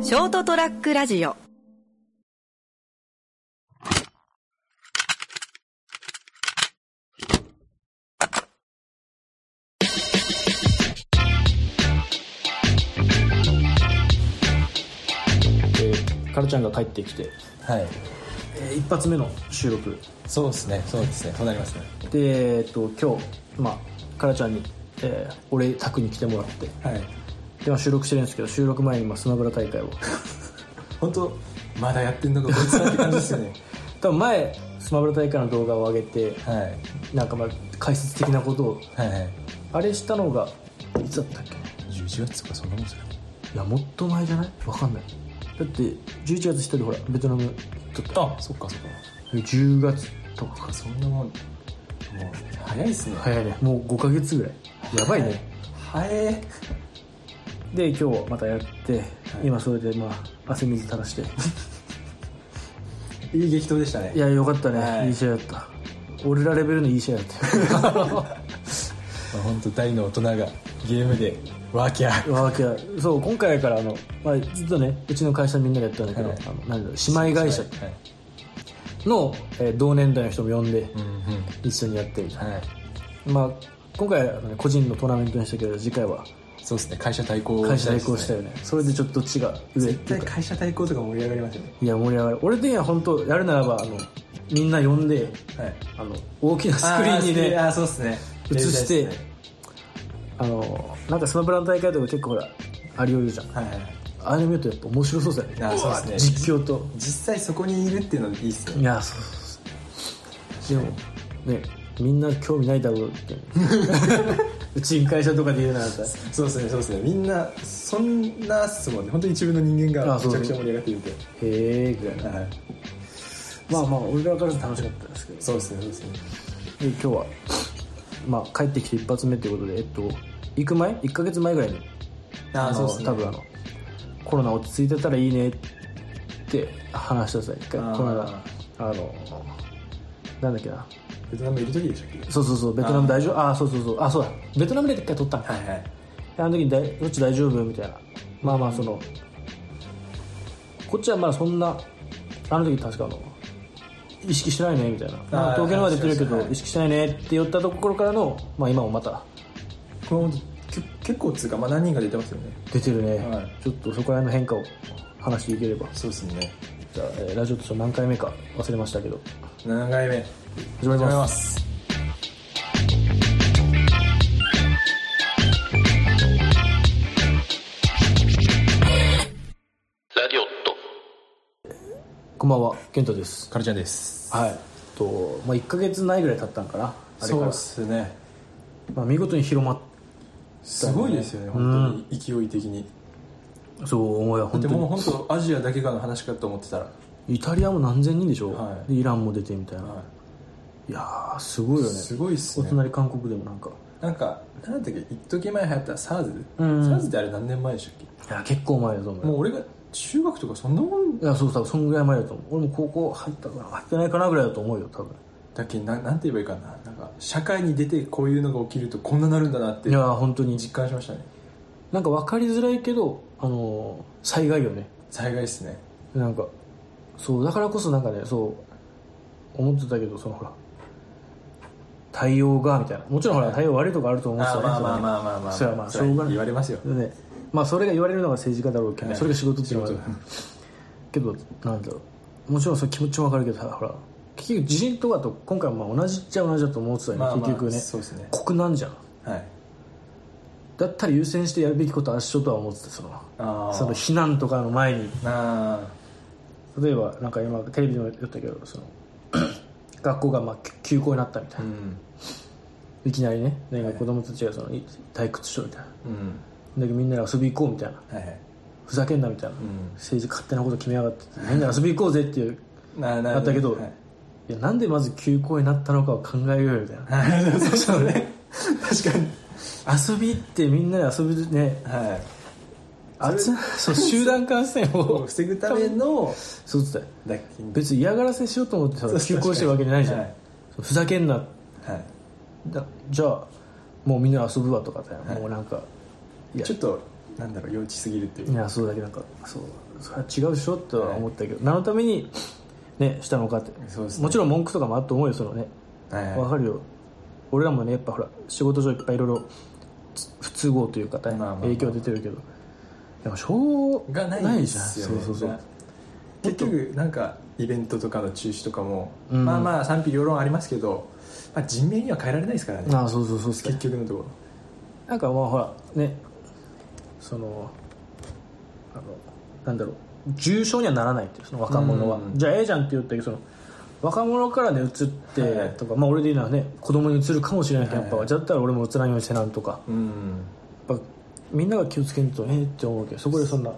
ショートトラックラジオえー、カルちゃんが帰ってきて、はい、えー一発目の収録そうですね、そうですね、そうなりますね。で、えー、と今日、まあ、カルちゃんに、えー俺宅に来てもらってはい、で、まあ収録してるんですけど収録前にまあスマブラ大会を 本当、まだやってんのか、こいつらって感じですよね。多分前スマブラ大会の動画を上げて はい、なんかまあ解説的なことをはい、はい、あれしたのがいつだったっけ十一月とか、そんなもんですよ。いやもっと前じゃないわかんないだって11月一人ほらベトナム行っとったあ、そっか、そっ10月とかか、そんなもん。もう、早いですね。早いねもう5ヶ月ぐらいやばいね、早え。で今日またやって、今それでまあ汗水垂らしていい激闘でしたね。いやよかったね、、はいいい試合だった俺らレベルのいい試合だったよまあ、本当、大の大人が、ゲームで、ワーキャ ー。わけやそう今回からあの、まあ、ずっとねうちの会社みんなでやってたんだけど、はいあのなんだろう姉妹会社はい。の、えー同年代の人も呼んでうん、うん、一緒にやってみたいな、はい。まあ今回は、ね、個人のトーナメントにしたけど次回はそうですね、会社対抗、会社対抗したよねそれでちょっとどっちが上ってい絶う対か会社対抗とか盛り上がりますよね。いや盛り上がる俺的には本当やるならばあのみんな呼んではい。あの大きなスクリーンにねあ、そうですね。映してあのなんかスマブラの大会とか結構ほらありよるじゃんはい、はい。ああれ見るとやっぱ面白そうだよねあーそうっすねわ実況と実際そこにいるっていうのいいっすよいねやそうそうそうでもねみんな興味ないだろうって うちに会社とかで言うならさ そうですねそうですねみんなそんなっすもんね本当に一部の人間があめそうちゃくちゃ盛り上がっていてへえぐらいなはいまあまあ俺らからすると楽しかったですけどそうですねそうですねで今日はまあ帰ってきて一発目ということでえっと行く前1ヶ月前ぐらいにああそのうですね多分あのコロナ落ち着いてたらいいねって話したさ一回あーこの間あのなんだっけなベトナムいる時でしたっそうそうそうベトナム大丈夫ああーそうそうそうあそうだベトナムで一回撮ったんけかはいはいあの時にだいどっち大丈夫みたいなまあまあそのこっちはまあそんなあの時確かあの意識してないねみたいなまあ東京のまで出てるけはどい意識してないねって言ったところからのまあ今もまたこれもけ結構っつうか、まあ、何人か出てますよね出てるね、はいちょっとそこら辺の変化を話していければそうですねじゃあ、えーラジオとしては何回目か忘れましたけど7回目始まり始めまますすこんばんは健太ですカルちゃんですはいえっと、まあ、1か月ないぐらい経ったんかなあれかそうらっ、すねまあ、見事に広まっすごいですよね本当に勢い的にそう思うよ本で当もうに本当アジアだけがの話かと思ってたらイタリアも何千人でしょ、はいでイランも出てみたいな、、はいやーすごいよいねすごいっすおね隣韓国でもなんかなんかなんだっけ一時前流行った SARS、うん SARS ってあれ何年前でしたっけいや結構前だと思うもうよ俺が中学とかそんなもんいやそう多分そんぐらい前だと思う俺も高校入ったかな入ってないかなぐらいだと思うよ多分だっけななんて言えばいいかななんか社会に出てこういうのが起きるとこんななるんだなっていやー本当に実感しましたねなんか分かりづらいけどあのー災害よね災害っすねなんかそうだからこそなんかねそう思ってたけどそのほら対応がみたいなもちろんほら対応悪いとこあると思ってたねあまあまそれはまあしょうがない言われますよそのねまあそれが言われるのが政治家だろうけど、はいそれが仕事って仕いうのは事けどなんだろうもちろんその気持ちもわかるけどさほら結局地震とかと今回まあ同じっちゃ同じだと思ってたよね、まあまあ結局ねそうですね国難じゃんはいだったら優先してやるべきことはしようとは思ってたそのあその避難とかの前にあ例えばなんか今テレビでも言ったけどその 学校がまあ休休校になったみたいーな、うんいきなりねなんか子供たちがそのい退屈しようみたいなうんだけどみんなで遊び行こうみたいなはいはいふざけんなみたいな、うん政治勝手なこと決めやがってみんなで遊び行こうぜっていうななあったけどはいいやなんでまず休校になったのかを考えようよみたいなあー そうそうね確かに 遊びってみんなで遊びねはいあつそう集団感染をを防ぐためのそうつってだっけ別に嫌がらせしようと思ってさ休校してるわけじゃないじゃん、はいそうふざけんなはいだじゃあもうみんな遊ぶわとかだよ、もうなんかいやちょっとなんだろう幼稚すぎるっていういやそうだけどなんかそうそれは違うでしょっては思ったけど、何のためにねしたのかってそうですねもちろん文句とかもあると思うよそのねはいわかるよ俺らもねやっぱほら仕事上いっぱいいろいろつ不都合というか大変まあまあまあ影響出てるけどでもしょうががなないいんでじゃんすよそねうそうそう結局なんかイベントとかの中止とかも、うんまあまあ賛否両論ありますけど、まあ、人命には変えられないですからねああそうそうそうそう結局のとこなんかまあほらねそのあのなんだろう重症にはならないっていうその若者は、うんじゃあええじゃんって言ったけどその若者からね移っはいてとか、まあ俺で言うのはね子供に移るかもしれないけどやっぱ、はいじゃあだったら俺も移らんようにせなんとかろうんやっぱみんなが気をつけんとええって思うけどそこでそんな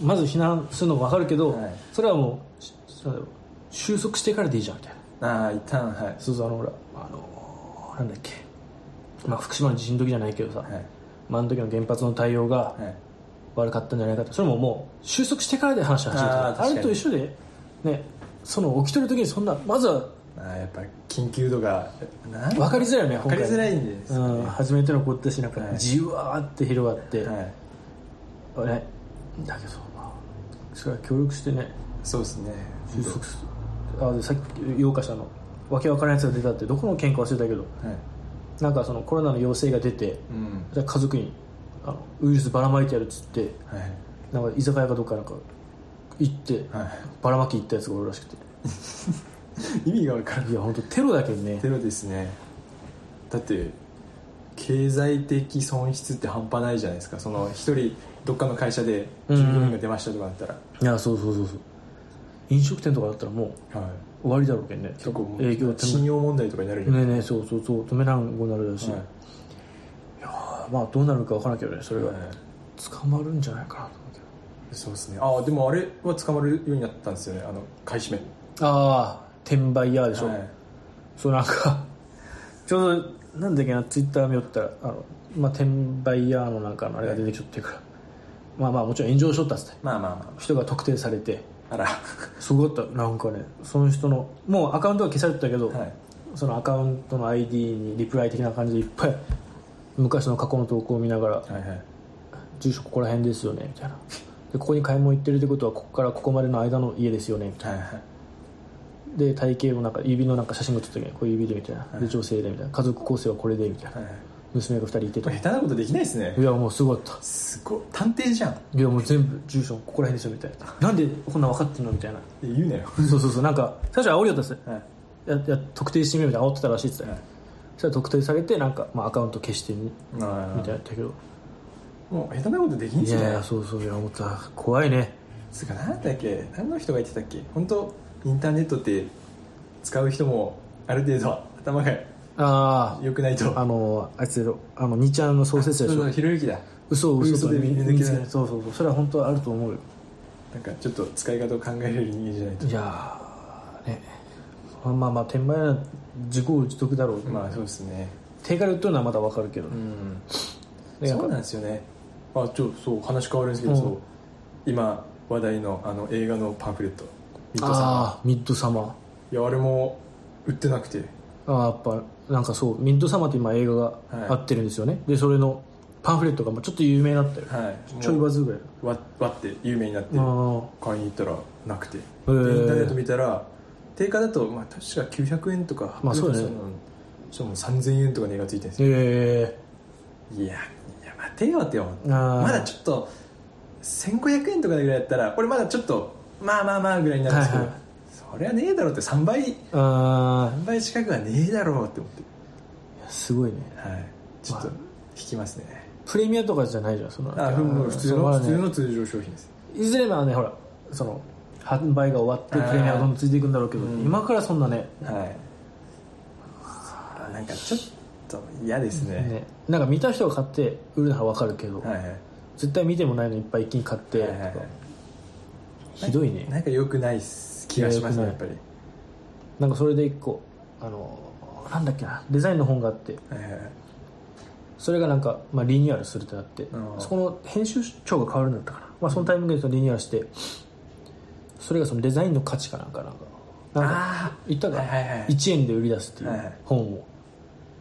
まず避難するのが分かるけど、はいそれはもうしなんだろう収束してからでいいじゃんみたいなああ一旦はいそうそうあのほらあのなんだっけまあ福島の地震の時じゃないけどさ、はいまあ、あの時の原発の対応がはい悪かったんじゃないかとそれももう収束してからで話が始まあーっ確たかあにれと一緒で、ね、その起きてる時にそんなまずはああやっぱ緊急度がなん分かりづらいよね分かりづらいんですようん、ね、初めてのことだしなんかはいじわーって広がって、はいね、だけどまあそれは協力してねそうです ね収束すあでさっき陽華社のわけわからないやつが出たってどこの喧嘩忘れたけどはいなんかそのコロナの陽性が出てうんじゃあ家族にあのウイルスばらまいてやるっつってはいなんか居酒屋かどっかなんか行ってはばらまき行ったやつがおるらしくてい意味が分からないいや本当テロだけどねテロですねだって経済的損失って半端ないじゃないですかその一人どっかの会社で従業員が出ましたとかだったら、いやそうそうそうそう飲食店とかだったらもはいう終わりだろうけんね結構もう営業止信用問題とかになるよめねえねえそうそうそう止めらんごなるだし、はいまあどうなるか分からんけどねそれが、はい捕まるんじゃないかなと思うけそうですねああでもあれは捕まるようになったんですよねあの買い占めどああ転売ヤーでしょ、はいそうなんか ちょうどなんだっけなツイッター見よったらあの、まあ、転売ヤーのなんかのあれが出てきちゃってるから、まあまあもちろん炎上しとったっつってまあまあま人が特定されてああらすごかったなんかねその人のもうアカウントは消されてたけど、はいそのアカウントの ID にリプライ的な感じでいっぱい昔の過去の投稿を見ながらはいはい「住所ここら辺ですよね」みたいなで「ここに買い物行ってるってことはここからここまでの間の家ですよね」みたいはいはいなで体型もなんか指のなんか写真が撮った時にこう指でみたいなで女性でみたいな家族構成はこれでみたいなはいはい娘が2人いてことれ下手なことできないですねいやもうすごかったすごい探偵じゃんっていやもう全部住所ここら辺ですよみたいななんでこんなん分かってんのみたいな言うなよそうそうそうなんか最初煽りよったっすはいやや特定してみようみたいな煽ってたらしいっつってはいそしたら特定されてなんか、まあ、アカウント消してみあみたいなやったけどあもう下手なことできんいじゃやいないやそうそういや思った怖いねつうか何だっけ何の人が言ってたっけ本当インターネットって使う人もある程度頭があ良くないとああのあいつだろあの2ちゃんの創設者でしそうそうょひろゆきだ嘘を嘘と嘘で見抜けないそうそうそうそれは本当はあると思うよなんかちょっと使い方を考えれる人間じゃないといやーねまあまあまあ転売なら自業自得だろう、まあそうですね定価で売ってるのはまだわかるけど、うんでやっそぱうなんですよねあちょそう話変わるんですけど、うんそう今話題のあの映画のパンフレットミッドさああミッドサマんいやあれも売ってなくてーああやっぱなんかそうミッドサマーって今映画がはい合ってるんですよね、でそれのパンフレットがまあちょっと有名だったよ、はいもうちょいバズぐらいわ割って有名になってあ買いに行ったらなくてでイへンーターネット見たら定価だと、まあ、確か900円とかまあそうだね800円とかその3000円とか値がついてるんですーよえいやいや待てよって思うえー、まだちょっと1500円とかぐらいだったらこれまだちょっとまあまあまあぐらいになるんですけど、はいはそりゃねえだろうって3倍ょあ3倍近くはねえだろうって思ってあすごいねはいちょっとま引きますね、プレミアとかじゃないじゃんそのあもう普通そのう普通の通常商品ですいずれまあねほらその販売が終わってプレミアがどんどんついていくんだろうけど、うん今からそんなねはいそりゃなんかちょっと嫌ですねねなんか見た人が買って売るなら分かるけど、はいはい絶対見てもないのいっぱい一気に買ってとか、はいはいはいひどいねなんか良くないっす気がしますねいややっ良ぱくりなんかそれで一個あのなんだっけなデザインの本があってはいはいはいそれがなんか、まあ、リニューアルするってなってんそこの編集長が変わるんだったかな、まあ、そのタイミングでそのリニューアルしてそれがそのデザインの価値かなんかなんかなんかあ言ったあか、はいはいはい1円で売り出すっていはいはいう本を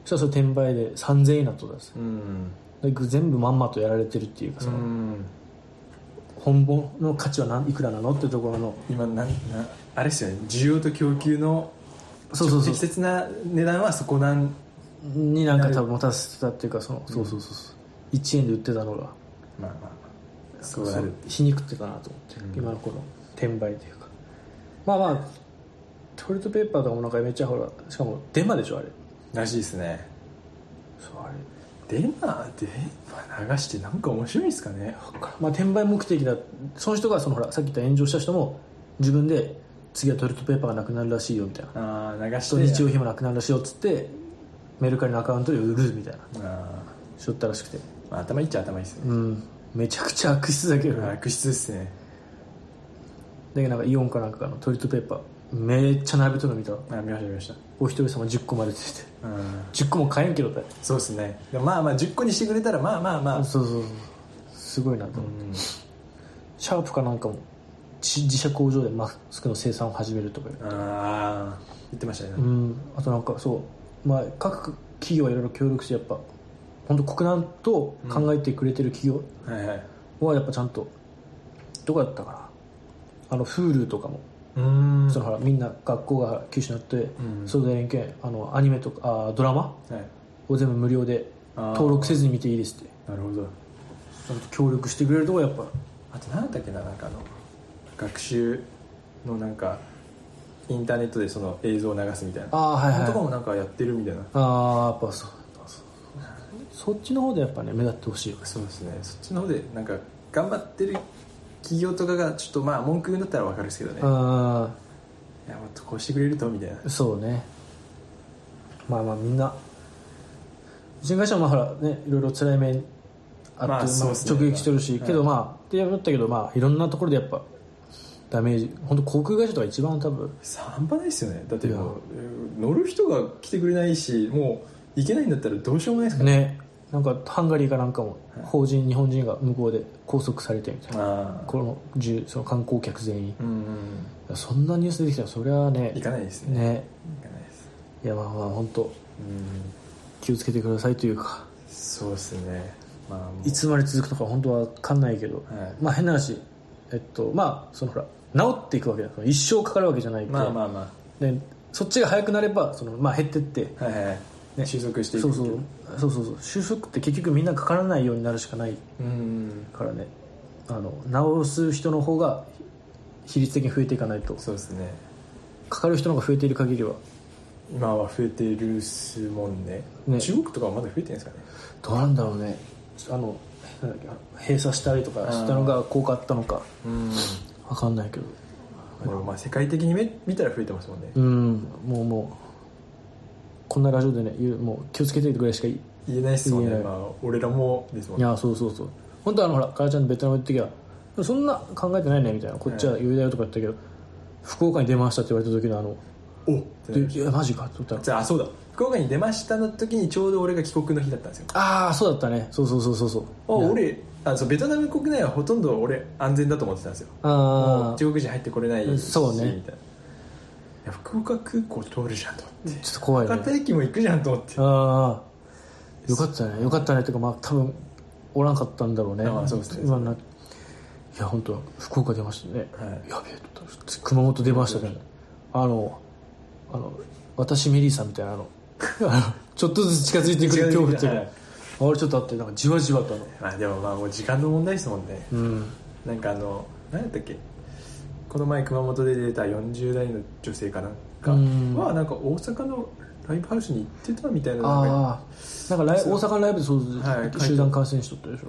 そしたらそれ転売で3000円になったんですうんだから全部まんまとやられてるっていうかうさ、ん本物の価値は何いくらなのってところの今なんなあれですよね需要と供給のそうそうそう適切な値段はそこなんになんか多分持たせてたっていうかその、そうそうそうそう1円で売ってたのがまあまあそうなるそう皮肉ってたなと思って、うん今のこの転売というかまあまあトイレットペーパーとかもなんかめっちゃほらしかもデマでしょあれらしいですねそうあれデマデマ流してなんか面白いんですかねまあ転売目的だその人がそのほらさっき言った炎上した人も自分で次はトイレットペーパーがなくなるらしいよみたいなああ流しとて日用品もなくなるらしいよっつってメルカリのアカウントで売るみたいなあしょったらしくてー、まあ、頭いいっちゃ頭いいですね、うんめちゃくちゃ悪質だけど、まあね、悪質ですねだけどなんかイオンかなんかのトイレットペーパーめっちゃ並べとるの見たらあ見ました見ましお一人様10個まで出ててたうん10個も買えんけどだよそうですねでもまあまあ10個にしてくれたらまあまあまあ、うそうそうそうすごいなと思って、んシャープかなんかもち自社工場でマスクの生産を始めるとかいうああ言ってましたね、うんあとなんかそう、まあ、各企業はいろいろ協力してやっぱ本当国難と考えてくれてる企業はいはいはやっぱちゃんとどこだったかなあの Hulu とかも、うんそのほらみんな学校が休止になって、んそれで連携あのアニメとかあードラマはいを全部無料であー登録せずに見ていいですってなるほどちゃんと協力してくれるとこやっぱあと何だっけななんかあの学習のなんかインターネットでその映像を流すみたいなああはいはいとかもなんかやってるみたいなああやっぱそうやっぱそうそっちの方でやっぱね目立ってほしいよねそうですねそっちの方でなんか頑張ってる企業とかがちょっとまあ文句言うんだったら分かるですけどね、いあやもっとこうしてくれるとみたいなあそうねまあまあみんなうちの会社もまあほらねいろいろ辛い面あって、ままああそうですね直撃してるし、はいけどまあってやったけどまあいろんなところでやっぱダメージ本当航空会社とか一番多分半端ないですよねだってもうえー乗る人が来てくれないしもう行けないんだったらどうしようもないですからねなんかハンガリーかなんかもはい法人日本人が向こうで拘束されてみたいなああこの10その観光客全員うんうんそんなニュース出てきたらそれはね行かないですねね行かないですいやまあまあ本当うん気をつけてくださいというかそうですねまあもういつまで続くのか本当は分かんないけど、はいまあ変な話えっとまあそのほら治っていくわけだから一生かかるわけじゃないけど、まあまあまでそっちが早くなればその、まあ、減ってってあはいはい、ね収束していくそうそうそうそうそう収束って結局みんなかからないようになるしかないうんからねあの治す人の方が比率的に増えていかないとそうですねかかる人の方が増えている限りは今は増えてるっすもんねね中国とかはまだ増えてるんですかねどうなんだろうねあのなんだっけあの閉鎖したりとかしたのが効果あったのかうん分かんないけどでもまあ世界的にめ見たら増えてますもんねうんもうもうこんなラジオでね言うもう気をつけていてくれしかいい言えないっすもんね、言えないまあ、俺らもですもんいねやそうそうそう本当はあのほら母ちゃんベトナム行った時はそんな考えてないねみたいなこっちは余裕だよとか言ったけど、福岡に出ましたって言われた時のあのおってなりまでしいやマジかって言ったらたじゃああそうだ福岡に出ましたの時にちょうど俺が帰国の日だったんですよああそうだったねそうそうそうそうそうあ俺あそうベトナム国内はほとんど俺安全だと思ってたんですよもあうあちょ中国人入ってこれないうんしそうねみたいないや福岡空港通るじゃんと思ってっと怖い博多ね駅も行くじゃんと思ってああよかったねよかったねっていうかまあ多分おらんかったんだろうねあーそうですね今ないや本当福岡出ましたね、はいやべえと熊本出ましたねあのあの私メリーさんみたいなあのあのちょっとずつ近づいてくる恐怖って いうのはあいれちょっとあってなんかじわじわとあのまあでもまあもう時間の問題ですもんねうんなんかあの何やったっけこの前熊本で出た40代の女性かなんかうんはなんか大阪のライブハウスに行ってたみたいななんかああなんかライそう大阪のライブでそうはい集団感染しとったでしょ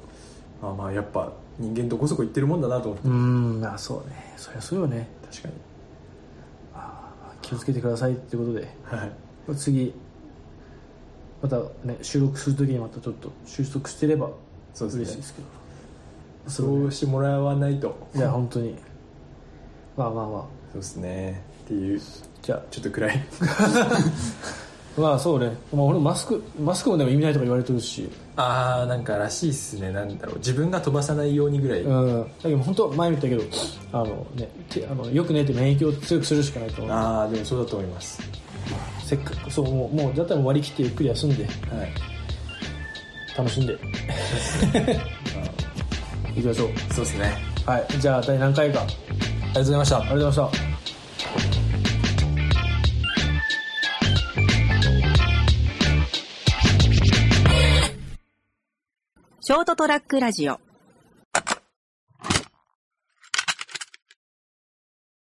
まあまあやっぱ人間どこそこ行ってるもんだなと思ってうんあそうねそりゃそうよね確かにああ気をつけてくださいってことではい次またね収録するときにまたちょっと収束してればそう嬉しいでですねすけどそうしてもらわないといや本当にまあまあまあそうですねっていうじゃあちょっと暗いまあそうね、まあ、俺もマスクマスクもでも意味ないとか言われてるしああなんからしいっすねなんだろう自分が飛ばさないようにぐらい、うんだけど本当前も言ったけどあの、ね、てあのよくねって免疫を強くするしかないと思うああでもそうだと思いますせっかくそうもうもうだったらもう割り切ってゆっくり休んではい楽しんでいきましょうそうですねはいじゃあ第何回かありありがとうございましたがとうございましたショートトラックラジオ